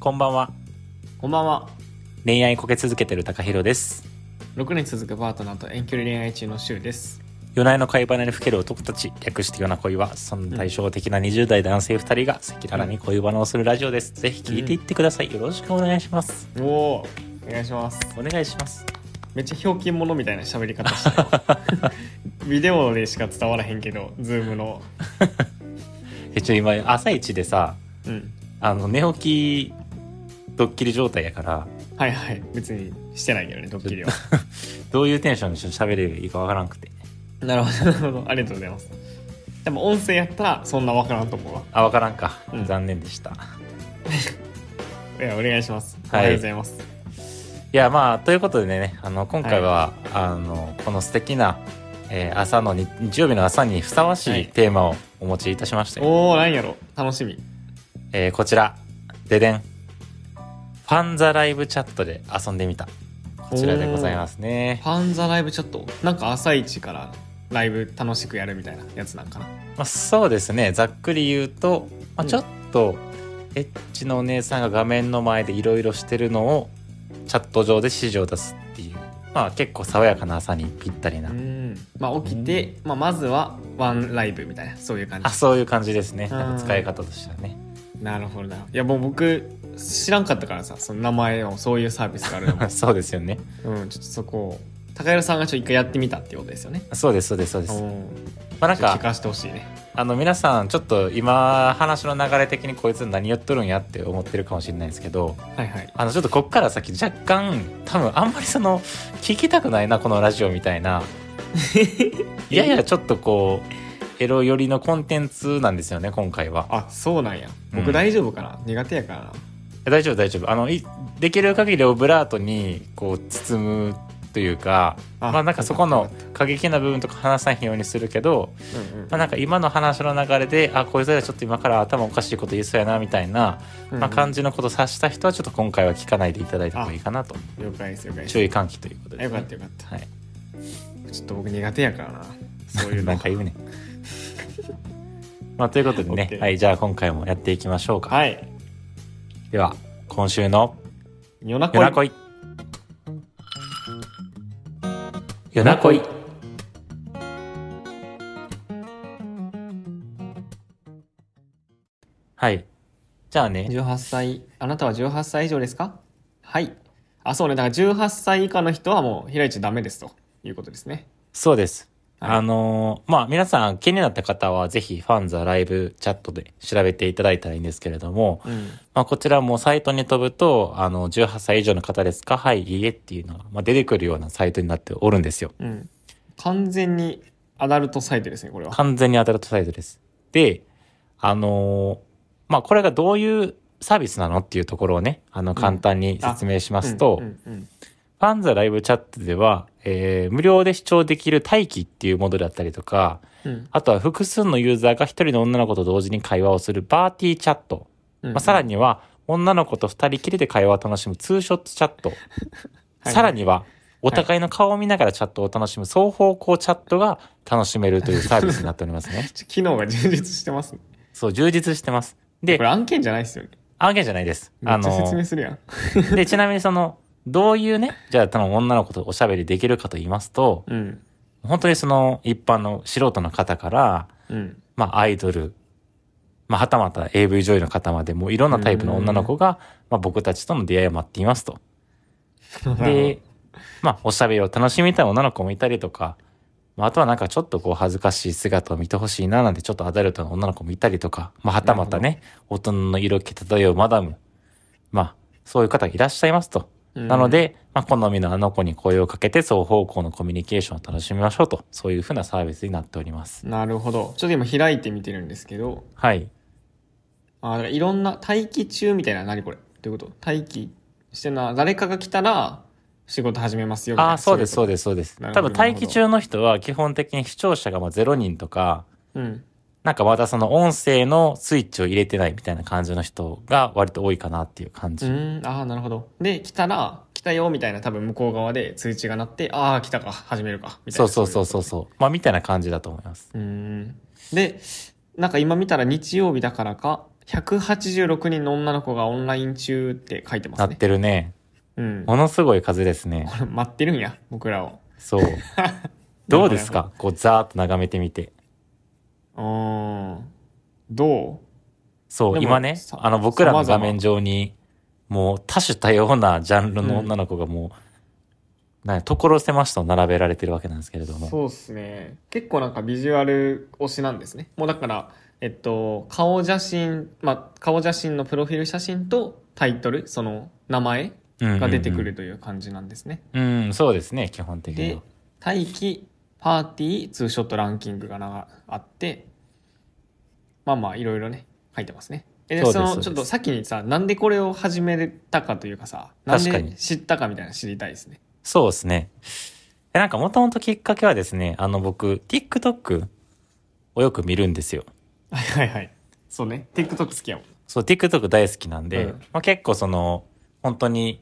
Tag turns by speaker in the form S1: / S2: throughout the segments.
S1: こんばんは。
S2: こんばんは。
S1: 恋愛こけ続けてる高弘です。
S2: 6年続くパートナーと遠距離恋愛中のシュウです。
S1: 夜な夜な恋バナにふける男たち、略して夜な恋は、そんな対照的な20代男性2人が赤裸々に恋バナをするラジオです。ぜひ聞いていってください。よろしくお願いします。
S2: おお、お願いします。
S1: お願いします。
S2: めっちゃひょうきん者みたいな喋り方 してる。ビデオでしか伝わらへんけど、ズームの。
S1: え、ちょ、今、朝一でさ、
S2: うん。
S1: あの、寝起き、ドッキリ状態やから、
S2: はいはい。別にしてないけどね、ドッ キリは。
S1: どういうテンションで喋ればいいかわからんくて。
S2: なるほど、なるほど。ありがとうございます。でも音声やったらそんなわからんと思うわ。
S1: あ、わからんか。
S2: うん
S1: 残念でした。
S2: いや、お願いします。
S1: はい
S2: ありがとうございます。
S1: いやまあということでねあの今回は、あのこの素敵な、えー朝のに日曜日の朝にふさわし
S2: はいい
S1: テーマをお持ちいたしまして、
S2: おお、なんやろ。楽しみ。
S1: えーこちらででんファンザライブチャットで遊んでみたこちらでございますね
S2: フ、ァンザライブチャット。なんか朝一からライブ楽しくやるみたいなやつなんかな。
S1: まあ、そうですねざっくり言うと、まあ、
S2: うん
S1: ちょっとエッチのお姉さんが画面の前でいろいろしてるのをチャット上で指示を出すっていうまあ結構爽やかな朝にぴったりな、
S2: うんまあ、起きて、まあ、まずはワンライブみたいなそういう感
S1: あそういう感じですねなんか使い
S2: うん
S1: 方としてはね、
S2: じなるほどないやもう僕知らんかったからさその名前をそういうサービスがあるの も
S1: そうですよね。
S2: うん、ちょっとそこを高弘さんがちょっと一回やってみたっていうことですよね
S1: そうです、そうです、そうで
S2: う
S1: す。ま
S2: ん
S1: あ、なん
S2: ちょっと
S1: か、
S2: 聞かせてほしいね
S1: あの、皆さん、ちょっと今、話の流れ的にこいつ何言っとるんやって思ってるかもしれないですけど、
S2: はいはい
S1: あの、ちょっとこっから先、若干、多分、あんまりその、聞きたくないな、このラジオみたい な。いやいや、ちょっとこう、エロ寄りのコンテンツなんですよね、今回は。
S2: あそうなんや
S1: う
S2: 僕
S1: ん
S2: 大丈夫かな、苦手やからな
S1: 大丈夫、大丈夫。あの、いできる限りオブラートに、こう、包むというか、
S2: あ
S1: まあ、なんかそこの過激な部分とか話さないようにするけど、
S2: うんうん
S1: まあ、なんか今の話の流れであこいつらちょっと今から頭おかしいこと言いそうやなみたいな、
S2: うんうん
S1: まあ、感じのことを察した人はちょっと今回は聞かないでいただいた方がいいかなと
S2: 了解です了解です
S1: 注意喚起ということで
S2: あ
S1: す
S2: よ
S1: ね、
S2: かったよかった
S1: はい、
S2: ちょっと僕苦手やからなそういうの
S1: なんか言うねまあということでね、
S2: OK
S1: はい、じゃあ今回もやっていきましょうか、
S2: はい
S1: では今週の
S2: 夜な
S1: 「夜な恋」夜な恋はいじゃあね
S2: 18歳あなたは18歳以上ですかはいあそうねだから18歳以下の人はもう開いちゃダメですということですね
S1: そうです。
S2: はい
S1: あのーまあ皆さん気になった方はぜひファンザライブチャットで調べていただいたらいいんですけれども、
S2: うん
S1: まあこちらもサイトに飛ぶと、あの、18歳以上の方ですかはい、いいえっていうのが、まあ、出てくるようなサイトになっておるんですよ。
S2: うん完全にアダルトサイトですねこれは
S1: 完全にアダルトサイトです。で、あのーまあこれがどういうサービスなのっていうところをね、あの簡単に説明しますと、
S2: うんうん
S1: ファンザライブチャットでは、えー無料で視聴できる待機っていうモードだったりとか、
S2: うん
S1: あとは複数のユーザーが一人の女の子と同時に会話をするバーティーチャット。
S2: うん
S1: まあ、さらには、女の子と二人きりで会話を楽しむツーショットチャット。
S2: はい
S1: さらには、お互いの顔を見ながらチャットを楽しむ双方向チャットが楽しめると
S2: 。
S1: いうサービスになっておりますね
S2: ちょ機能が充実してますね
S1: そう、充実してます。で
S2: これ、案件じゃないですよね
S1: 案件じゃないです。
S2: め
S1: あ
S2: っちゃ説明
S1: の、
S2: するやん
S1: で、ちなみにその、どういうね、じゃあ、多分女の子とおしゃべりできるかと言いますと、
S2: うん
S1: 本当にその、一般の素人の方から、
S2: うん
S1: まあ、アイドル、まあ、はたまた AV 女優の方までもういろんなタイプの女の子が、まあ、僕たちとの出会いを待っていますと。で、まあ、おしゃべりを楽しみたい女の子もいたりとか、まあ、あとはなんかちょっとこう恥ずかしい姿を見てほしいななんてちょっとアダルトの女の子もいたりとか、まあ、はたまたね、大人の色気漂うマダム、まあ、そういう方がいらっしゃいますと。
S2: うん
S1: なので、まあ、好みのあの子に声をかけて双方向のコミュニケーションを楽しみましょうと、そういうふうなサービスになっております。
S2: なるほどちょっと今開いてみてるんですけど
S1: はい。
S2: あだからいろんな待機中みたいな何これどういうこと待機してるのは誰かが来たら仕事始めますよみたいな
S1: ああ、そうです、
S2: い
S1: そう
S2: こ
S1: です、そうです
S2: な。る
S1: 多
S2: ほど
S1: 分待機中の人は基本的に視聴者がまあ0人とか、
S2: とうん
S1: なんかまだその音声のスイッチを入れてないみたいな感じの人が割と多いかなっていう感
S2: う
S1: じ。
S2: ーん、ああ、なるほど。で、来たら、来たよ、みたいな、多分向こう側で通知が鳴って、ああ、来たか、始めるか、みたい
S1: そう
S2: な。
S1: そうそうそううそう。まあみたいな感じだと思います。
S2: いうこと。うーん。で、なんか今見たら日曜日だからか、 186人の女の子がオンライン中って書いてま
S1: な
S2: す
S1: っ
S2: ね。
S1: てるね。
S2: うん。
S1: ものすごい数ですね。
S2: 待ってるんや、僕らを。
S1: そう。 どうですかこう、ざーっと眺めてみて。
S2: うーん。ど
S1: そ
S2: で
S1: う、
S2: も
S1: 今ね、
S2: さ
S1: あの、僕らの
S2: 様
S1: 画
S2: 々
S1: 面上に、もう多種多様なジャンルの女の子がもう、なんや所狭しと並べられてるわけなんですけれど
S2: う
S1: も。
S2: そうっすね。結構なんかビジュアル推しなんですね。もうだから、えっと、顔写真、まあ、顔写真のプロフィール写真とタイトル、その名前
S1: うん
S2: が出てくる。という感じなんですね。
S1: うんうん、うんそうですね、基本的に
S2: で
S1: は。、
S2: 待機、パーティー、ツーショットランキングがなあって、まあまあ、いろいろね、書いてますね。えで
S1: そう
S2: そ
S1: ですそ
S2: の
S1: うです
S2: ちょっとさっきにさ、なんでこれを始めたかというかさ、なん
S1: 確かに
S2: で知ったかみたいなの知りたいですね。
S1: そうですね。えなんか、もともときっかけはですね、あの、僕、TikTok をよく見るんですよ。
S2: はいはいはい。そうね、TikTok 好きやもん。
S1: そう、TikTok 大好きなんで、
S2: うん
S1: まあ、結構その、本当に、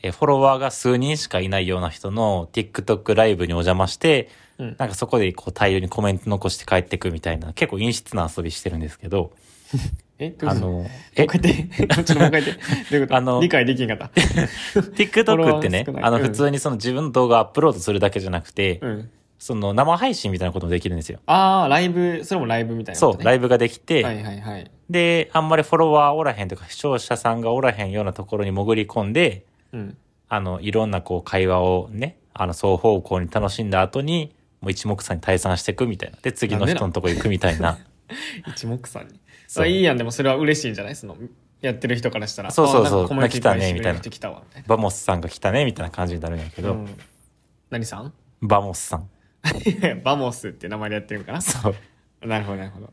S1: えフォロワーが数人しかいないような人の TikTok ライブにお邪魔して、
S2: うん
S1: なんかそこでこう大量にコメント残して帰ってくみたいな、結構陰湿な遊びしてるんですけど、
S2: えどう
S1: あ
S2: いうこと
S1: の、
S2: もう
S1: え
S2: 一、回言って。ちょっともう一 回言って。どういうこと
S1: あの
S2: 理解できんかった。ォロ
S1: TikTok
S2: ワー
S1: ってね
S2: 少な、い
S1: あの
S2: うん
S1: 普通にその自分の動画アップロードするだけじゃなくて、
S2: うん。
S1: その生配信みたいなこともできるんですよ。
S2: ああ、ライブ、それもライブみたいな
S1: そ
S2: こと、
S1: う、ラ
S2: イ
S1: イブができて、
S2: はいはいはい。
S1: で、あんまりフォロワーおらへんとか視聴者さんがおらへんようなところに潜り込んで、
S2: うん。
S1: あの、いろんなこう会話をね、あの、双方向に楽しんだ後に、もう一目散に退散していくみたいな。で、次の人のとこ行くみたいな。
S2: 一目散に。
S1: そう
S2: あいいやん、でもそれは嬉しいんじゃないその、やってる人からしたら。
S1: そうそうそう
S2: あなんかコメントいっぱいし
S1: 来たね
S2: てくれる
S1: みたいな
S2: 人来たわ、みたいな。
S1: バモスさんが来たね、みたいな感じになるんやけど、
S2: うん何さん
S1: バモスさん。
S2: バモスって名前でやってるのかな
S1: そう。
S2: なるほど、なるほど。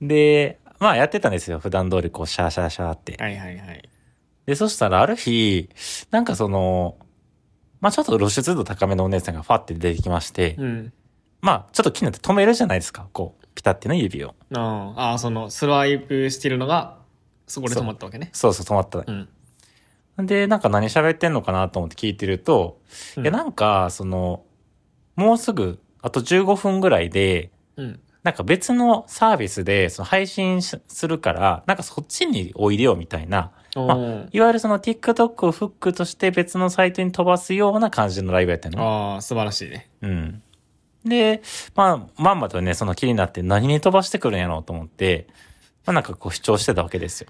S1: で、まあやってたんですよ。普段通りこう、シャーシャーシャーって。
S2: はいはいはい。
S1: で、そしたらある日、なんかその、まあちょっと露出度高めのお姉さんがファって出てきまして、
S2: うん。
S1: まあちょっと気になって止めるじゃないですか。こう、ピタっての指を。
S2: ああ、その、スワイプしてるのが、そこで止まったわけね。
S1: そうそう、止まった。
S2: うん。
S1: で、なんか何喋ってんのかなと思って聞いてると、
S2: うん
S1: いや、なんか、その、もうすぐ、あと15分ぐらいで、
S2: うん。
S1: なんか別のサービスで、その配信しするから、なんかそっちにおいでよみたいな、
S2: お
S1: ま
S2: ー
S1: いわゆるその TikTok をフックとして別のサイトに飛ばすような感じのライブやったの。
S2: ああ、素晴らしいね。
S1: うん。で、まあ、まんまとね、その気になって何に飛ばしてくるんやろうと思って、まあなんかこう主張してたわけですよ。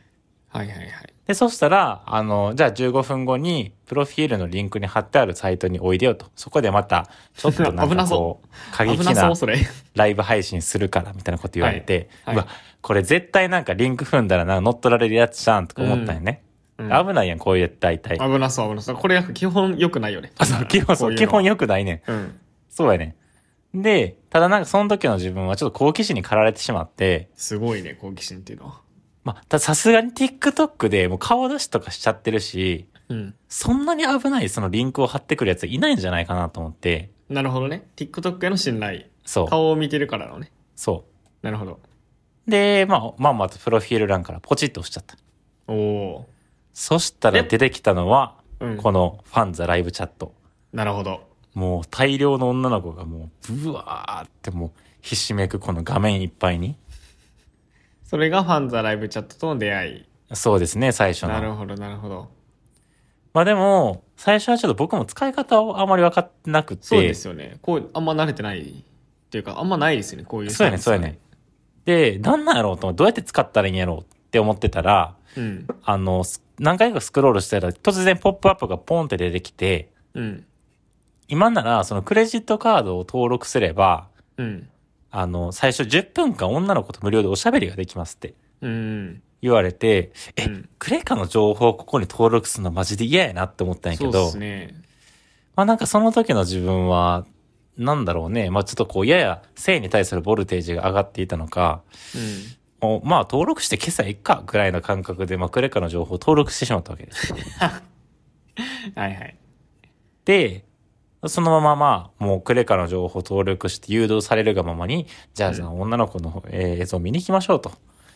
S2: はいはいはい。
S1: で、そしたら、あの、じゃあ15分後に、プロフィールのリンクに貼ってあるサイトにおいでよと。そこでまた、ちょっとなん
S2: 危
S1: か
S2: な
S1: こ、
S2: そう
S1: 過激
S2: 危なそ
S1: な
S2: う、それ。
S1: ライブ配信するから、みたいなこと言われて、
S2: はいはいう
S1: わ、これ絶対なんかリンク踏んだらな、乗っ取られるやつじゃん、とか思ったんよね。
S2: うん
S1: 危ないやん、こういうやつ大体。
S2: 危なそう、危なそう。これやっぱ基本良くないよね。
S1: あ そう基本、そう
S2: こいの
S1: 基本良くないねん。
S2: うん。
S1: そうやねん。で、ただなんかその時の自分はちょっと好奇心に駆られてしまって、
S2: すごいね、好奇心っていうのは。
S1: まあ、たさすがに TikTok でもう顔出しとかしちゃってるし、
S2: うん。
S1: そんなに危ないそのリンクを貼ってくるやついないんじゃないかなと思って、
S2: なるほどね。TikTok への信頼。
S1: そう。
S2: 顔を見てるからのね。
S1: そ
S2: なるほど。
S1: う。で、まあ、まあまあプロフィール欄からポチッと押しちゃった。
S2: おお
S1: そしたら
S2: で
S1: 出てきたのは、
S2: ー。うん。
S1: このファンザライブチャット。
S2: なるほど。
S1: もう大量の女の子がもう、ブワーってもう、ひしめくこの画面いっぱいに。
S2: それがファンザライブチャットとの出会い。
S1: そうですね、最初
S2: なる
S1: の。
S2: ほど、なるほど。
S1: まあでも、最初はちょっと僕も使い方をあまり分かってなくて。
S2: そうですよね。こう、あんま慣れてない。っていうか、あんまないですよね、こういう
S1: そうやね、
S2: サ
S1: そう
S2: ー
S1: や
S2: ビ
S1: ね。で、なんなんやろうと思って、どうやって使ったらいいんやろうって思ってたら、
S2: スがね。
S1: あの、す何回かスクロールしたら突然ポップアップがポンって出てきて、
S2: うん。うん。
S1: 今ならそのクレジットカードを登録すれば、
S2: うん。
S1: あの、最初10分間女の子と無料でおしゃべりができますって
S2: うん。
S1: 言われて、え、
S2: うん
S1: クレカの情報をここに登録するのマジで嫌やなって思ったんやけ
S2: そう
S1: ど、
S2: ですね。
S1: まあなんかその時の自分は、なんだろうね、まあちょっとこう、やや性に対するボルテージが上がっていたのか、もうまあ登録して今朝いっかぐらいの感覚で、まあクレカの情報を登録してしまったわけです。
S2: うん。はいはい。
S1: で、そのまままあ、もうクレカの情報を登録して誘導されるがままに、じゃあその女の子の、えー映像を見に行きましょうと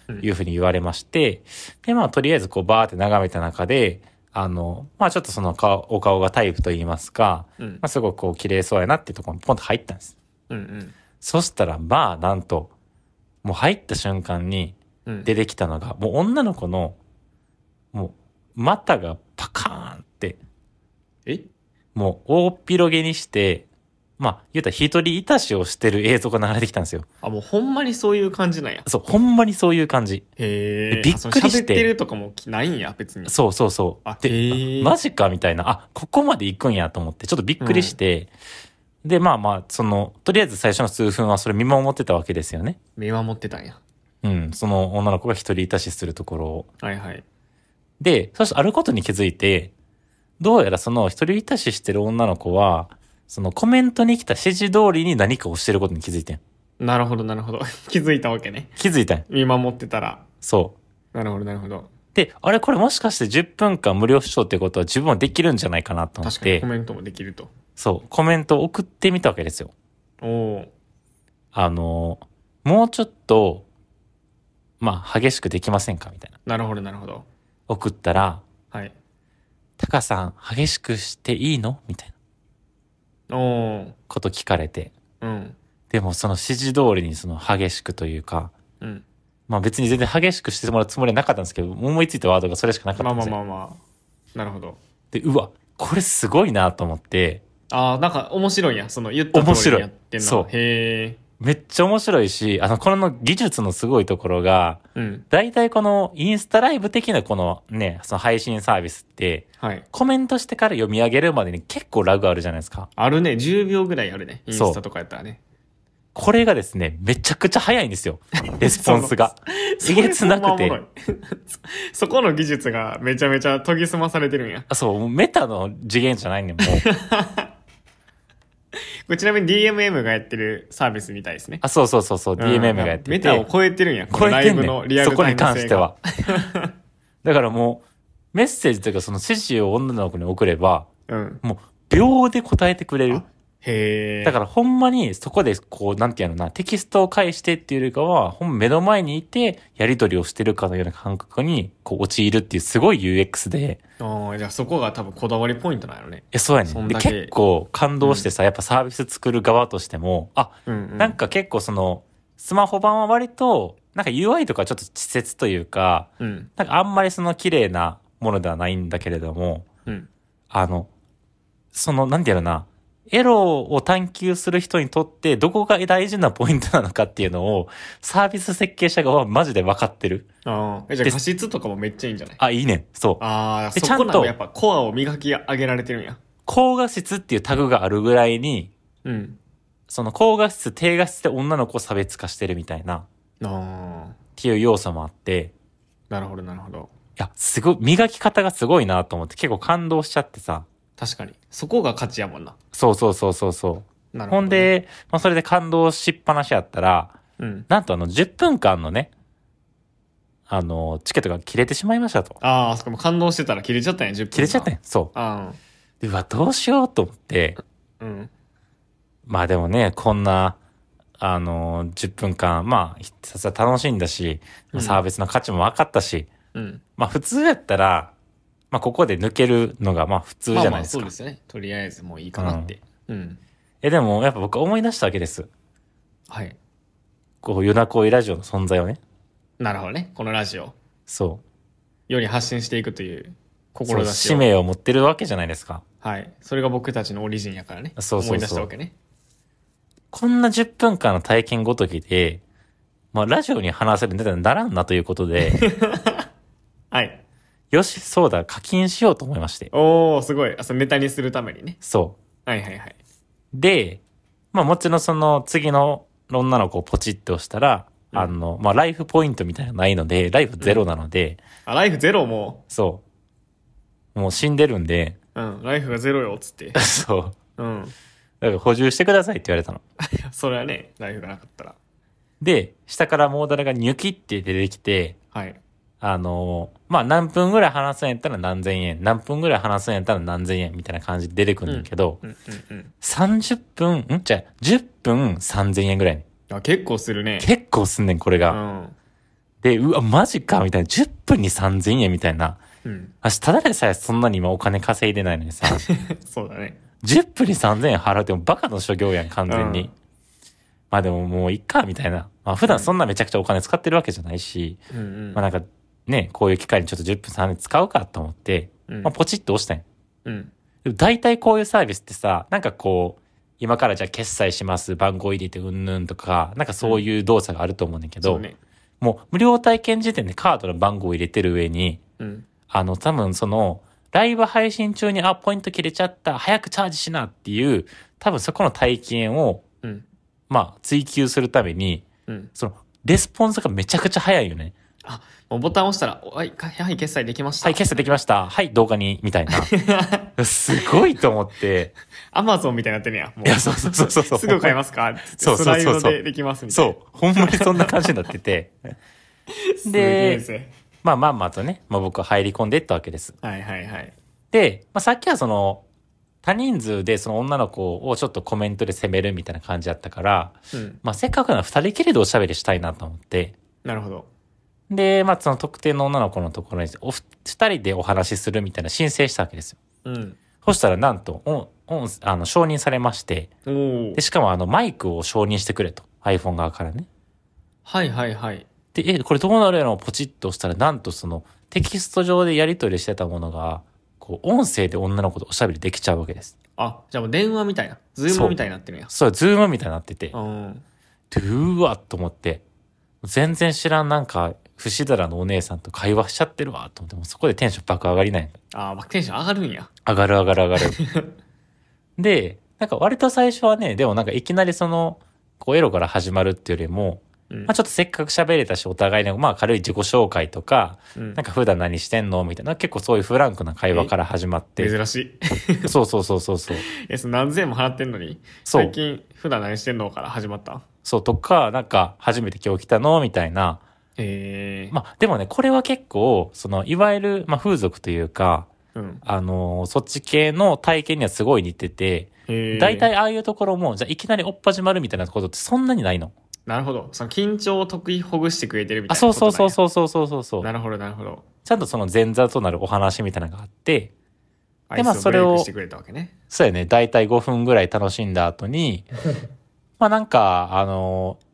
S2: うん
S1: いうふうに言われまして、でまあとりあえずこうバーって眺めた中で、あの、まあちょっとその顔お顔がタイプといいますか、
S2: うん。
S1: まあすごくこう綺麗そうやなっていうところにポンと入ったんです。
S2: うんうん。
S1: そしたらまあなんと、もう入った瞬間に、
S2: うん
S1: 出てきたのが、もう女の子の、もう、股がパカーンって、
S2: え
S1: もう大っ広げにして、まあ、言うたら一人いたしをしてる映像が流れてきたんですよ。
S2: あ、もうほんまにそういう感じなんや。
S1: そう、ほんまにそういう感じ。
S2: へえ。
S1: びっくりして
S2: あその喋ってるとかもないんや、別に。
S1: そうそうそう。
S2: あ
S1: で
S2: へー
S1: マジかみたいな、あ、ここまで行くんやと思って、ちょっとびっくりして、で、まあまあ、その、とりあえず最初の数分はそれ見守ってたわけですよね。
S2: 目は持ってたんや。
S1: うん、その女の子が一人いたしするところを。
S2: はいはい。
S1: で、そしてあることに気づいて、どうやらその一人いたししてる女の子は、そのコメントに来た指示通りに何かをしてることに気づいてん。
S2: なるほど、なるほど。 気づいたわけね。
S1: 気づいたん。
S2: 見守ってたら。
S1: そう。
S2: なるほど、なるほど。
S1: で、あれこれもしかして10分間無料視聴ってことは自分はできるんじゃないかなと思っ
S2: 確かに
S1: て
S2: コ、メントもできると。
S1: そう、コメントを送ってみたわけですよ。
S2: おお
S1: あの、もうちょっと、まあ、激しくできませんかみたいな。
S2: ーなるほど、なるほど。
S1: 送ったら、
S2: はい。
S1: タカさん、激しくしていいのみたいな
S2: おお
S1: こと聞かれて。
S2: うん。
S1: でも、その指示通りにその激しくというか、
S2: うん。
S1: まあ別に全然激しくしてもらうつもりはなかったんですけど、思いついたワードがそれしかなかっ
S2: ま
S1: たん
S2: あ
S1: で
S2: ます
S1: よ。
S2: あまあまあ。なるほど。
S1: で、うわ、これすごいなと思って、
S2: ああ、なんか面白いんや。その言った通りにやって
S1: 面白い
S2: んの。
S1: そう
S2: へえ。
S1: めっちゃ面白いし、あの、この技術のすごいところが、
S2: うん。
S1: 大体このインスタライブ的なこのね、その配信サービスって、
S2: はい。
S1: コメントしてから読み上げるまでに結構ラグあるじゃないですか。
S2: あるね。10秒ぐらいあるね。イン
S1: そう
S2: スタとかやったらね。
S1: これがですね、めちゃくちゃ早いん ですよ。レスポンスが。えげつなくて
S2: それほんまおもろい そこの技術がめちゃめちゃ研ぎ澄まされてるんや。
S1: あそう、もうメタの次元じゃないねん、もう。
S2: これちなみに DMM がやってるサービスみたいですね。
S1: あ、そうそうそうそう、DMM がやってて。
S2: メタを超えてるんや。こ
S1: 超
S2: の
S1: え
S2: ラ
S1: て
S2: イ
S1: ん
S2: ブ
S1: ね
S2: のリ
S1: ん。
S2: ア
S1: そ
S2: ル
S1: こ
S2: タイ
S1: に
S2: ム性が
S1: 関して。は。 だからもう、メッセージというかその指示を女の子に送れば、
S2: うん。
S1: もう秒で答えてくれる。
S2: へえ。
S1: だからほんまにそこでこう、なんていうのかな、テキストを返してっていうよりかは、ほんま目の前にいて、やり取りをしてるかのような感覚に、こう、陥るっていうすごい UX で、
S2: ああ、じゃあそこが多分こだわりポイントなんやろね。
S1: え、そうやね
S2: そ
S1: ん。
S2: ん
S1: で、
S2: だけ
S1: 結構感動してさ、やっぱサービス作る側としても、あ、
S2: うん、うん。
S1: なん、か結構その、スマホ版は割と、なんか UI とかちょっと稚拙というか、
S2: うん。
S1: なんかあんまりその綺麗なものではないんだけれども、
S2: うん。
S1: あの、その、なんていうのかな、エロを探求する人にとってどこが大事なポイントなのかっていうのを、サービス設計者側はマジで分かってる。
S2: ああ。えじゃ
S1: で
S2: あ画質とかもめっちゃいいんじゃない
S1: あ、いいねん。そう。
S2: ああ、
S1: で
S2: そこ
S1: ちゃん
S2: な
S1: と
S2: のやっぱコアを磨き上げられてるんや。
S1: 高画質っていうタグがあるぐらいに、
S2: うん。
S1: その高画質、低画質で女の子を差別化してるみたいな、
S2: ああ。
S1: っていう要素もあって、
S2: なるほど、なるほど。
S1: いや、すごい、磨き方がすごいなと思って結構感動しちゃってさ。
S2: 確かに。そこが価値やもんな。
S1: そうそうそうそうそう。
S2: なるほ
S1: ほ
S2: ど、ね。
S1: ん、で、まあ、それで感動しっぱなしやったら、
S2: うん。
S1: なんとあの、10分間のね、あの、チケットが切れてしまいましたと。
S2: ああ、そこも感動してたら切れちゃったんや、10分。
S1: 切れちゃったん
S2: や。
S1: やそ
S2: あ
S1: う。でうわ、どうしようと思って。
S2: あ。うん。
S1: まあでもね、こんな、あの、10分間、まあ、ひたすら楽しんだし、まあ
S2: うん
S1: サービスの価値も分かったし、
S2: うん。
S1: まあ普通やったら、まあここで抜けるのが、まあ普通じゃ
S2: まあ
S1: な
S2: ま
S1: い
S2: あ、
S1: です
S2: そ
S1: か。
S2: うですよね。とりあえずもういいかなって。うん。
S1: え、でもやっぱ僕思い出したわけです。
S2: はい。
S1: こう、夜な恋ラジオの存在をね。
S2: なるほどね。このラジオ。
S1: そう。
S2: より発信していくという
S1: そう
S2: 志を。
S1: 使命を持ってるわけじゃないですか。
S2: はい。それが僕たちのオリジンやからね。
S1: そうそうそう
S2: 思い出したわけね。
S1: こんな10分間の体験ごときで、まあ、ラジオに話せるネタにならんなということ で、
S2: はい。
S1: よし、そうだ、課金しようと思いまして。
S2: おー、すごい。あ、そう、ネタにするためにね。
S1: そ
S2: はいはいはい。
S1: う。で、まあ、もちろんその次の女の子をポチッと押したら、
S2: うん
S1: あの、まあ、ライフポイントみたいなのないので、ライフゼロなので、
S2: あ、ライフゼロも
S1: そう。もう死んでるんで、
S2: う、うん、ライフがゼロよ、つって。
S1: そう。
S2: うん。
S1: だから補充してくださいって言われたの。
S2: それはね、ライフがなかったら。
S1: で、下からモーダルがニュキって出てきて、
S2: はい。
S1: あのまあ、何分ぐらい話すんやったら何千円、何分ぐらい話すんやったら何千円みたいな感じで出てくるんだけど、
S2: うんうんうん。
S1: 30分、んじゃあ10分3000円ぐらい。
S2: あ、結構するね。
S1: 結構すんねん、これ
S2: う
S1: が。
S2: ん。
S1: で、うわ、マジかみたいな。10分に3000円みたいな。
S2: うん。
S1: 私、ただでさえそんなに今お金稼いでないのにさ、
S2: そうだね。
S1: 10分に3000円払うってもうバカの所業やん、完全に。
S2: うん
S1: まあでももういっか、みたいな。まあ普段そんなめちゃくちゃお金使ってるわけじゃないし、
S2: うんうん
S1: まあなんかね、こういう機会にちょっと10分3年使うかと思って、
S2: うん
S1: まあポチッと押したんよ
S2: うん
S1: でも大体こういうサービスってさ、なんかこう、今からじゃあ決済します、番号入れてうんぬんとか、なんかそういう動作があると思うねんだけど、
S2: そうね
S1: もう無料体験時点でカードの番号を入れてる上に、
S2: うん
S1: あの、多分その、ライブ配信中に、あ、ポイント切れちゃった、早くチャージしなっていう、多分そこの体験を、
S2: うん
S1: まあ、追求するために、
S2: うん
S1: その、レスポンスがめちゃくちゃ早いよね。
S2: もうボタン押したら「はいかはい決済できました」
S1: はい、決済できました。はい、動画に、みたい な。すごいと思って。
S2: アマゾンみたいになってるやんも
S1: いや、そうそうそうそうそう。
S2: すぐ買えますかつって
S1: そうそうそうそう
S2: スライドでできますみたいな
S1: そう。ほんまにそんな感じになって て。
S2: すげえ
S1: で
S2: ぜ
S1: まあまあまあとね、まあ僕は入り込んでいったわけです。
S2: はいはいはい
S1: で、まあさっきはその、多人数でその女の子をちょっとコメントで責めるみたいな感じだったから、
S2: うん
S1: まあせっかくなら二人きりでおしゃべりしたいなと思って、
S2: なるほど
S1: で、まあその特定の女の子のところにおふ二人でお話しするみたいな申請したわけですよ。
S2: うん
S1: そしたらなんと、おおあの承認されまして、
S2: おお
S1: でしかもあのマイクを承認してくれと、iPhone 側からね。
S2: はいはいはい
S1: で、え、これどうなるやろポチッと押したら、なんとそのテキスト上でやり取りしてたものが、こう、音声で女の子とおしゃべりできちゃうわけです。
S2: あじゃあもう電話みたいなズームみたいになってるんや
S1: そう、ズームみたいになってて、
S2: うん
S1: でうわっと思って、全然知らんなんか、不死だらのお姉さんと会話しちゃってるわと思って、もうそこでテンション爆上がりない。
S2: あーバックテンション上がるんや
S1: 上がる上がる上がる。 で、なんか割と最初はね、でもなんかいきなりその、こうエロから始まるっていうよりも、
S2: うん
S1: まあちょっとせっかく喋れたし、お互いの、まあ軽い自己紹介とか、
S2: うん
S1: なんか普段何してんのみたいな、結構そういうフランクな会話から始まって。
S2: 珍し い
S1: そうそうそうそうそう。
S2: えその何千円も払ってんのに
S1: そう
S2: 最近普段何してんのから始まった
S1: そうとか、なんか、初めて今日来たのみたいな。
S2: ええ
S1: まあ、でもね、これは結構、その、いわゆる、まあ、風俗というか、
S2: うん
S1: あのーそっち系の体験にはすごい似てて、
S2: ええ
S1: 大体ああいうところも、じゃあいきなりおっぱじまるみたいなことってそんなにないの。
S2: なるほどその緊張を得意ほぐしてくれてるみ
S1: あ、
S2: たいなこと
S1: そう
S2: なん
S1: そうそう
S2: う
S1: そうそうそうそうそう。
S2: なるほどなるほど
S1: ちゃんとその前座となるお話みたいなのがあって、
S2: ア
S1: で
S2: イ
S1: まあ
S2: スを
S1: そ
S2: ブ
S1: れ
S2: レ
S1: を
S2: イクしてくれたわけね
S1: そうやね、だいたい5分ぐらい楽しんだ後に、 まあなんか、あのー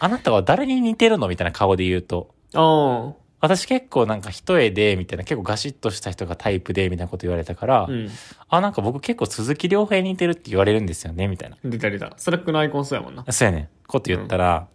S1: あなたは誰に似てるのみたいな顔で言うと、
S2: あ
S1: 私結構なんか一重で、みたいな、結構ガシッとした人がタイプで、みたいなこと言われたから、
S2: あうん
S1: あ、なんか僕結構鈴木亮平に似てるって言われるんですよね、みたいな。
S2: 出た出たスラックのアイコンそうやもんな
S1: そうやねん。こと言ったら、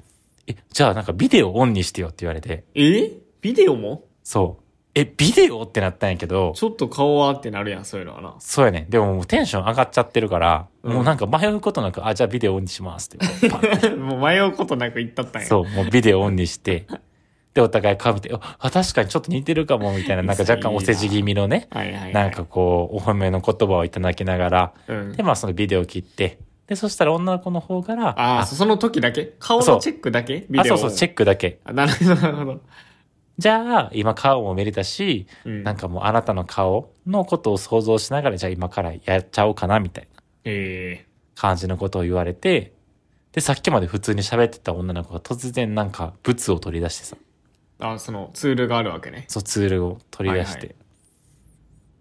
S1: え、じゃあなんかビデオオンにしてよって言われて、
S2: えビデオも
S1: そう。え、ビデオってなったんやけど、
S2: ちょっと顔はってなるやんそういうのはな
S1: そうやねん。でももうテンション上がっちゃってるから、
S2: うん
S1: もうなんか迷うことなく、あ、じゃあビデオオンにしますって言 って。パッ
S2: もう迷うことなく言ったったんや
S1: そう、もうビデオオンに して、で、お互いかぶって、あ、確かにちょっと似てるかも、みたいな、なんか若干お世辞気味のね、
S2: はいはい、はい、
S1: なんかこう、お褒めの言葉をいただきながら、
S2: うん
S1: で、まあそのビデオを切って、で、そしたら女の子の方から、
S2: ああ、そその時だけ顔
S1: そ
S2: の
S1: う
S2: チェックだけビ
S1: あ、
S2: デオ
S1: そうそう、チェックだけ。
S2: あなるほど、なるほど。
S1: じゃあ、今顔も見れたし、
S2: うん
S1: なんかもうあなたの顔のことを想像しながら、じゃあ今からやっちゃおうかな、みたいな
S2: え
S1: 感じのことを言われて、で、さっきまで普通に喋ってた女の子が突然なんか、ブツを取り出してさ、
S2: えあ、そのツールがあるわけね。
S1: そうツールを取り出して。
S2: はいは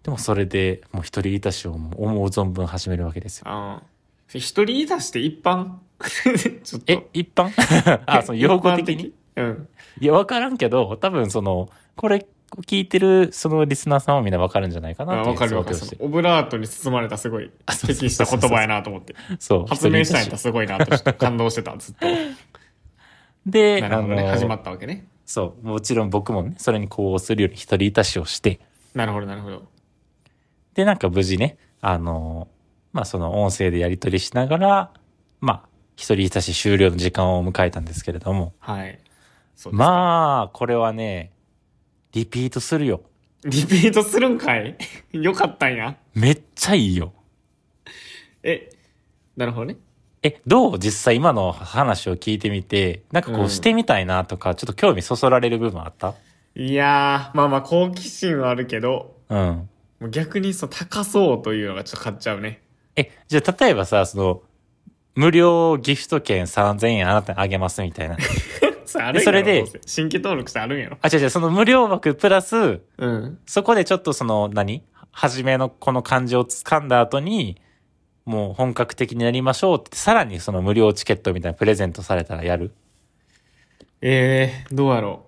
S1: でもそれでもう一人いたしをもう思う存分始めるわけですよ。
S2: ああ。一人言い出して一般 ちょっと。
S1: え、一般 あ、その用語的に
S2: 一般的
S1: いや、わからんけど、多分その、これを聞いてる、そのリスナーさんはみんなわかるんじゃないか
S2: うん。
S1: な
S2: あ
S1: ってい
S2: わ
S1: う
S2: かるわ
S1: 想
S2: か
S1: 定を
S2: る。
S1: し
S2: そ
S1: て
S2: のオブラートに包まれたすごい
S1: あそうそう
S2: 適した言葉やなと思って。
S1: る。そう。
S2: 発明したんや
S1: 一人
S2: った
S1: い
S2: らすごいなとして感動してた、ずっと。
S1: で、
S2: な
S1: あ
S2: るほどね。始ま
S1: の、
S2: ったわけね。
S1: そう、もちろん僕もね、それにこうするより一人いたしをして、
S2: なるほど、なるほど。
S1: で、なんか無事ね、あの、まあ、その音声でやり取りしながら、まあ、一人いたし終了の時間を迎えたんですけれども、
S2: はい。そうですか
S1: まあ、これはね、リピートするよ。
S2: リピートするんかい よかったんや。
S1: めっちゃいいよ。
S2: え、なるほどね。
S1: え、どう実際今の話を聞いてみて、なんかこ
S2: う
S1: うんしてみたいなとか、ちょっと興味そそられる部分あった
S2: いやー、まあまあ好奇心はあるけど、
S1: うん。
S2: もう逆にその高そうというのがちょっと買っちゃうね。
S1: え、じゃあ例えばさ、その、無料ギフト券3000円あなたにあげますみたい な。
S2: それあるんやろ
S1: それで
S2: どうせ新規登録してあるんやろ。
S1: あ、違う違う、その無料枠プラス、
S2: うん。
S1: そこでちょっとその、何初めのこの漢字を掴んだ後に、もう本格的にやりましょうって、さらにその無料チケットみたいなプレゼントされたらやる。
S2: えー、どうやろ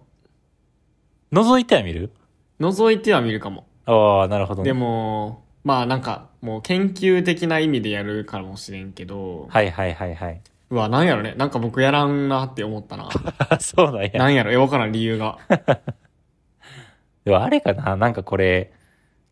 S1: 覗いては見る
S2: う。覗いては見るかも。
S1: ああ、なるほど、ね。
S2: でも、まあなんか、もう研究的な意味でやるかもしれんけど、
S1: はいはいはいはい。
S2: うわ、なんやろね。なんか僕やらんなって思ったな。
S1: あそうなんや。
S2: なんやろ、え、わからん理由が。
S1: でもあれかななんかこれ、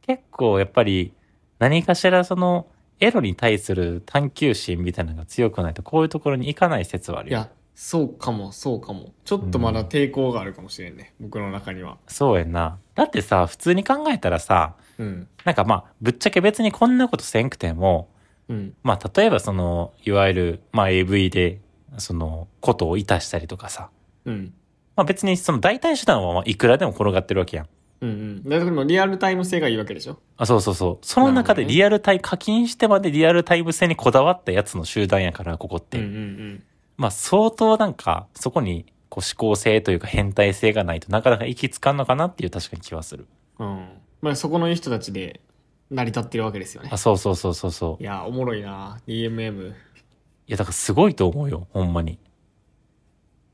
S1: 結構やっぱり何かしらそのエロに対する探求心みたいなのが強くないとこういうところに行かない説はある
S2: い
S1: よ。
S2: や、そうかも、そうかも。ちょっとまだ抵抗があるかもしれんね。僕の中には。
S1: そうやんな。だってさ、普通に考えたらさ、
S2: うん。
S1: なんかまあ、ぶっちゃけ別にこんなことせんくても、
S2: うん。
S1: まあ例えばその、いわゆる、まあ AV で、その、ことをいたしたりとかさ、
S2: うん。
S1: まあ別にその代替手段はまあいくらでも転がってるわけやん。
S2: うんうん。だからでもリアルタイム性がいいわけでしょ
S1: あそうそうそう。その中で
S2: なるほどね
S1: リアルタイ、課金してまでリアルタイム性にこだわったやつの集団やから、ここって。
S2: うんうん
S1: まあ相当なんか、そこに、こう、思考性というか変態性がないとなかなか行きつかんのかなっていう確かに気はする。
S2: うん。うん。まあそこのいい人たちで成り立ってるわけですよね
S1: あ、。そうそうそうそうそう
S2: い。や、おもろいな DMM。
S1: いや、だからすごいと思うよ、ほんまに。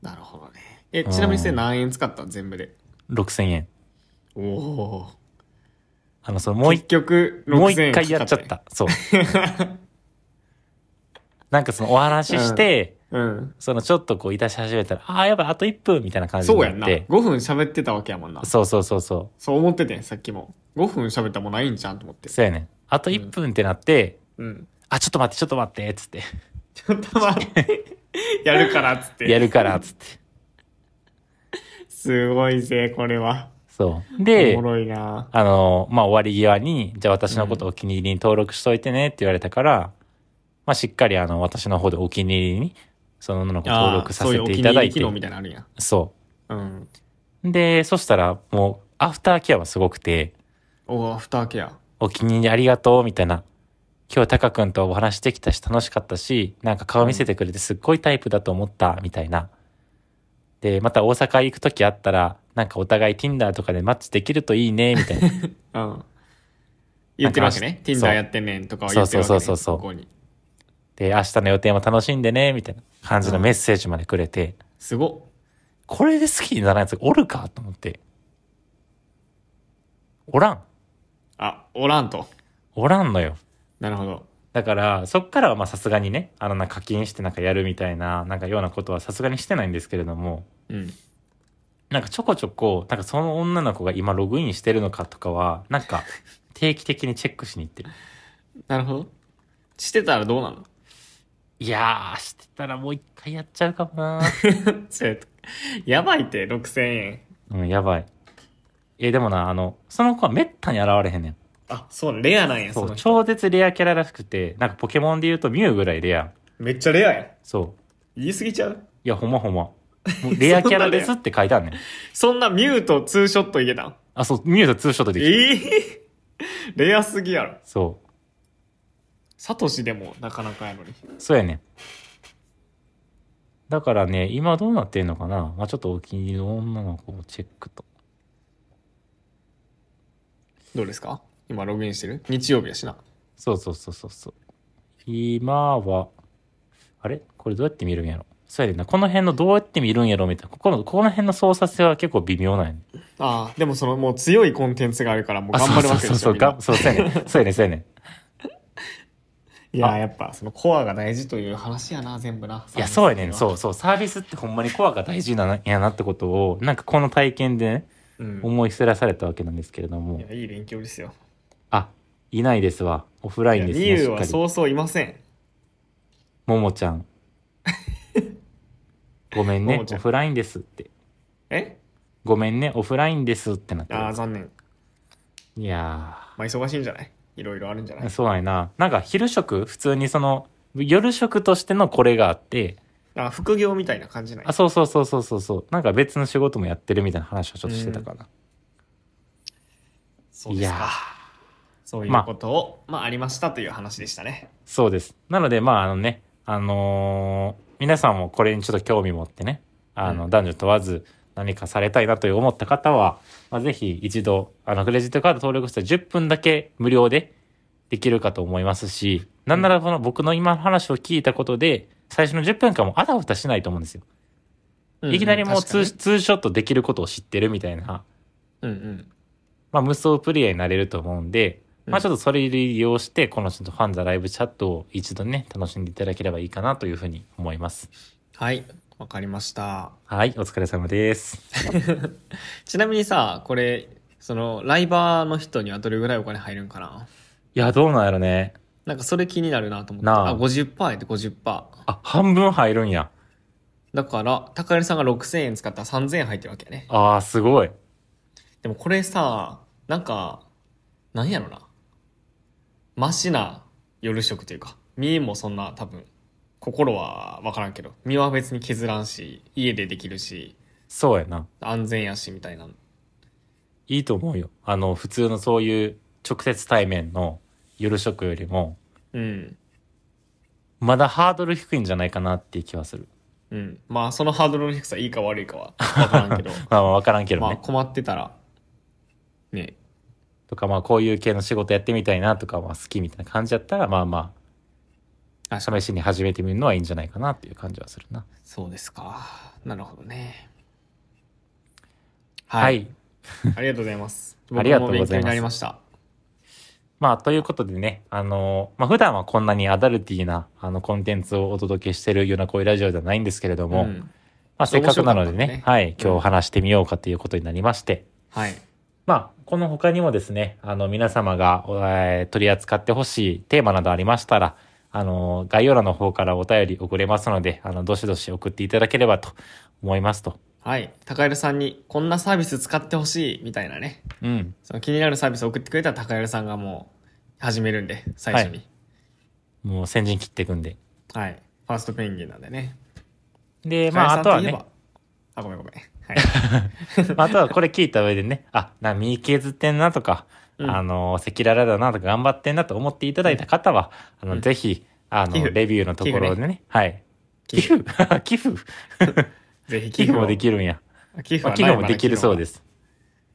S2: なるほどね。え、ちなみにそれ何円使った全部で。
S1: 6000円。
S2: おおー。
S1: あの、その、もう一
S2: 結局、
S1: もう
S2: 6000
S1: 一
S2: 円
S1: 回やっちゃっ
S2: かか
S1: た。そう。なんかそのお話しして、
S2: ね。うん。
S1: そのちょっとこういたし始めたら、ああ、やばい、あと1分みたいな感じに
S2: そう
S1: な
S2: やん
S1: っ
S2: な。
S1: て
S2: 5。分喋ってたわけやもんな。
S1: そうそうそうそ
S2: そう思っててん、さっきも。5分喋ったらもうないんじゃんと思って
S1: う。。そうやねん。あと1分ってなって、
S2: うん。
S1: あ、ちょっと待って、ちょっと待って、つって。
S2: ちょっと待って。やるからっつって。
S1: やるから、つって。
S2: すごいぜ、これは。
S1: そう。
S2: お
S1: で
S2: も、ろいな
S1: あの、まあ、終わり際に、じゃあ私のことお気に入りに登録しといてねって言われたから、まあ、しっかりあの、私の方でお気に入りに、その女の子登録させていただい
S2: あーそううお気に入り機
S1: て。
S2: 能みたいなのあるんや。
S1: そ
S2: うん。
S1: う。で、そしたら、もう、アフターケアはすごくて、
S2: おーアフターケア。
S1: お気に入りありがとう、みたいな。今日、タカ君とお話できたし、楽しかったし、なんか顔見せてくれてすっごいタイプだと思った、みたいな。で、また大阪行くときあったら、なんかお互い Tinder とかでマッチできるといいね、みたいな。
S2: うん。言ってるわけね。
S1: なんか
S2: Tinder やってんねんとかは言ってるわけ、
S1: そうそ
S2: ね、
S1: うそうそうそう
S2: ここに。
S1: で、明日の予定も楽しんでね、みたいな感じのメッセージまでくれて、
S2: すごっ。
S1: これで好きにならないやつおるかと思って。おらん。
S2: あ、おらんと。
S1: おらんのよ。
S2: なるほど。
S1: だから、そっからはまあさすがにね、あの、なんか課金してなんかやるみたいな、なんかようなことはさすがにしてないんですけれども、
S2: うん。
S1: なんかちょこちょこ、なんかその女の子が今ログインしてるのかとかは、なん か定期的にチェックしに行ってる。
S2: なるほど。してたらどうなの
S1: いやー、してたらもう一回やっちゃうかも な
S2: それやばいって、6000円。
S1: うん、やばい。え、でもな、あの、その子はめったに現れへんねん。
S2: あ、そう、レアなんや、
S1: そ、
S2: そうの人。
S1: 超絶レアキャラらしくて、なんかポケモンで言うとミュウぐらいレア。
S2: めっちゃレアやん。
S1: そう。
S2: 言い過ぎちゃう
S1: いや、ほんまほんま。 もうレアキャラですって書いてあんねん。
S2: そんなミューとツーショットいけたん
S1: あ、そう、ミュウとツーショットできる。
S2: ええ レアすぎやろ。
S1: そ
S2: サトシでもなかなかやのに。
S1: う。そうやねん。だからね、今どうなってんのかなまあちょっとお気に入りの女の子をチェックと。
S2: どうですか今ログインしてる日曜日やしな。
S1: そうそうそうそうそう。今は、あれこれどうやって見るんやろそうやねんな。この辺のどうやって見るんやろみたいな。ここの、この辺の操作性は結構微妙なんやねん。
S2: ああ、でもそのもう強いコンテンツがあるからもう
S1: あ
S2: 頑張るわけでし
S1: そ
S2: ょ。
S1: うそうそうそう
S2: みん
S1: が
S2: な
S1: そう、そうやねん。そうやねん、そう やねん。
S2: いやー、やっぱそのコアが大事という話やな、全部な。
S1: いや、そうやねん。
S2: う。
S1: そうそう。サービスってほんまにコアが大事なんやなってことを、なんかこの体験でね、
S2: うん、
S1: 思い知らされたわけなんですけれど
S2: い
S1: も。
S2: や、いい勉強ですよ。
S1: あ、いないですわ。オフラ
S2: い
S1: イン
S2: や、
S1: です
S2: ミ
S1: ね、
S2: ユ
S1: し
S2: は
S1: っかり。
S2: そうそういません。
S1: ももちゃん。ごめん
S2: も
S1: ね
S2: も、ちゃ
S1: オ
S2: ん
S1: フラインですって。
S2: え
S1: ごめんね、オフラインですってなって
S2: ああ、
S1: る。
S2: 残念。
S1: いや
S2: まあ、忙しいんじゃないいろいろあるんじゃな
S1: ー、
S2: い
S1: そうなんやな。なんか昼食、普通にその、夜食としてのこれがあって、
S2: あー副業みたいな感じない
S1: あ、そうそうそうそうそうそう。なんか別の仕事もやってるみたいな話をちょっとしてたかな。
S2: そうです
S1: いや
S2: か。そういうことを、まあ、ありましたという話でしたね。
S1: そうです。なので、まあ、あのね、あのー皆さんもこれにちょっと興味持ってね、あの、
S2: うん
S1: 男女問わず何かされたいなという思った方は、まあ、ぜひ一度、あの、クレジットカード登録したら10分だけ無料でできるかと思いますし、なんならこの僕の今の話を聞いたことで、最初の10分間もあたふたしないと思うんですよ。いきなりもうツー,、ツーショットできることを知ってるみたいな、
S2: うんうん。
S1: まあ無双プレイヤーになれると思うんで、まあちょっ
S2: っ
S1: とそれ利用して、このちょっとファンザライブチャットを一度ね、楽しんでいただければいいかなというふうに思います。
S2: と。はい。わかりました。
S1: はい、お疲れ様です。
S2: ちなみにさ、これ、その、ライバーの人にはどれぐらいお金入るんかない
S1: や、どうなんやろね。
S2: なんかそれ気になるなと思って。
S1: なあ
S2: あ、50%やって50%。
S1: あ、半分入るんや。
S2: だから、高谷さんが6000円使ったら3000円入ってるわけやね。
S1: ああ、すごい。
S2: でもこれさ、なんか、なんやろな。マシな夜食というか、身もそんな多分、心はわからんけど、身は別に削らんし、家でできるし、
S1: そうやな。
S2: 安全やしみたいな。
S1: いいと思うよ。あの、普通のそういう直接対面の夜食よりも、
S2: うん。
S1: まだハードル低いんじゃないかなっていう気はする。
S2: うん。まあ、そのハードルの低さいいか悪いかはわから んけど、
S1: まあまあわからんけど
S2: ま
S1: ね。
S2: あ困ってたら、ね、
S1: とかまあこういう系の仕事やってみたいなとかまあ好きみたいな感じだったらまあまあ
S2: あ
S1: 試しに始めてみるのはいいんじゃないかなっていう感じはするな。
S2: そうですか。なるほどね。
S1: はい。
S2: はい。ありがとうございます。
S1: ありがとうございます
S2: 僕も勉強になりました。
S1: まあということでね、あのまあ普段はこんなにアダルティーなあのコンテンツをお届けしてるような声ラジオではないんですけれども、
S2: うん
S1: まあせっかくなので
S2: 面白か
S1: ね、
S2: ったね
S1: はい、今日話してみようかということになりまして、
S2: はい。
S1: まあ、この他にもですね、あの、皆様が、えー取り扱ってほしいテーマなどありましたら、あの、概要欄の方からお便り送れますので、あの、どしどし送っていただければと思いますと。
S2: はい。高井さんに、こんなサービス使ってほしい、みたいなね。
S1: うん。
S2: その気になるサービスを送ってくれたら高井さんがもう、始めるんで、最初に。
S1: もう先陣切っていくんで。
S2: はい。ファーストペンギンなんでね。
S1: で、まあ、あと
S2: 高
S1: は
S2: 井さんいえ
S1: ね
S2: ば、あ、ごめんごめん。は い。
S1: まあ、あとはこれ聞いた上でね、あ、な、身削ってんなとか、
S2: うん
S1: あの、赤裸々だなとか頑張ってんなと思っていただいた方は、あの、
S2: うん
S1: ぜひ、あの、
S2: 寄付
S1: レビューのところでね、はい。寄
S2: 寄付
S1: 付 寄付
S2: ぜひ寄
S1: 寄
S2: 付
S1: 付
S2: を
S1: もできるんや。
S2: 寄付
S1: まあ寄
S2: はない
S1: 付
S2: わ
S1: も
S2: な。
S1: できるそうですす。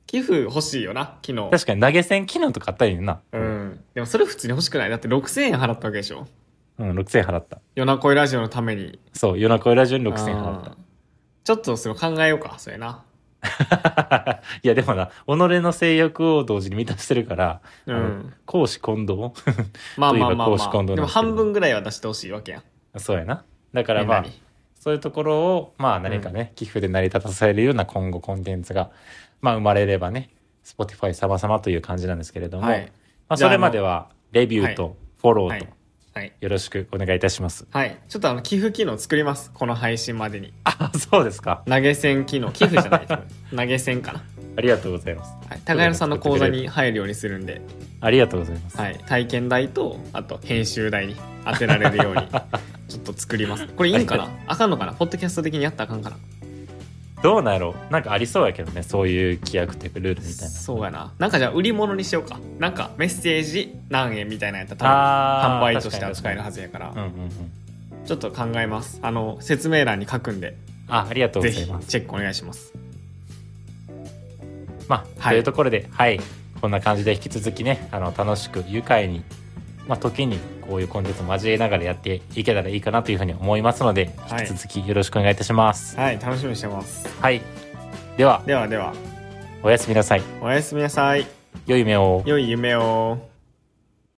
S2: 寄付欲しいよな、昨日。
S1: 確かに投げ銭機能とかあったりな。
S2: うん。でもそれ普通に欲しくない。だって6000円払ったわけでしょ。
S1: うん、6000円払った。
S2: 夜な恋ラジオのために。
S1: そう、夜中ラジオに6000円払っ
S2: あーちょっとそれ考えようか、それな。
S1: た。 いや、でもな、己の性欲を同時に満たしてるから、
S2: う
S1: あの
S2: ん。
S1: 公私混同
S2: まあまあまあ
S1: といえば公
S2: ま
S1: 私
S2: あ。
S1: 混同なんですけど
S2: でも半分ぐらいは出してほしいわけやん。
S1: そうやな。だから
S2: みん
S1: ま
S2: な
S1: あ
S2: に、
S1: そういうところを、まあ何かね、寄付で成り立たされるような今後コンテンツが、まあ生まれればね、Spotify 様々という感じなんですけれども、
S2: はい。
S1: まあ
S2: じゃ
S1: そ
S2: あ
S1: れまでは、レビュー
S2: は
S1: とフォロ
S2: は
S1: ーと
S2: い。はい。
S1: よろしくお願いいたします。
S2: はい。ちょっとあの、寄付機能作ります。この配信までに。
S1: あ、そうですか。
S2: 投げ銭機能。寄付じ ゃない。投げ銭かな。
S1: ありがとうございます。
S2: はい。高山さんの口座に入るようにするんで、
S1: ありがとうございます。
S2: はい。体験代と、あと、編集代に当てられるよ うに、ちょっと作ります。これいいんかなあかんのかなポッドキャスト的にやったらあかんかな
S1: どうなんやろうなんかありそうやけどね、そういう規約というかルールみたいな。
S2: そうやな。なんかじゃあ、売り物にしようか。なんか、メッセージ何円みたいなやった
S1: あ
S2: ら
S1: ー
S2: 多分、販売として扱えるはずやから、
S1: うんうんうん。
S2: ちょっと考えます。あの、説明欄に書くんで、
S1: あ、ありがとうご
S2: ぜ
S1: ざい
S2: ひ、チ
S1: ます。
S2: ェックお願いします。
S1: まあ、
S2: はい
S1: というところで、はい、こんな感じで引き続きね、あの、楽しく愉快に、まあ、時にこういうコンテンツを交えながらやっていけたらいいかなというふうに思いますので、
S2: はい
S1: 引き続きよろしくお願いいたします。
S2: はい、楽しみにしてます。
S1: はい。では、
S2: ではでは、
S1: おやすみなさい。
S2: おやすみなさい。
S1: 良い夢を。
S2: 良い夢を。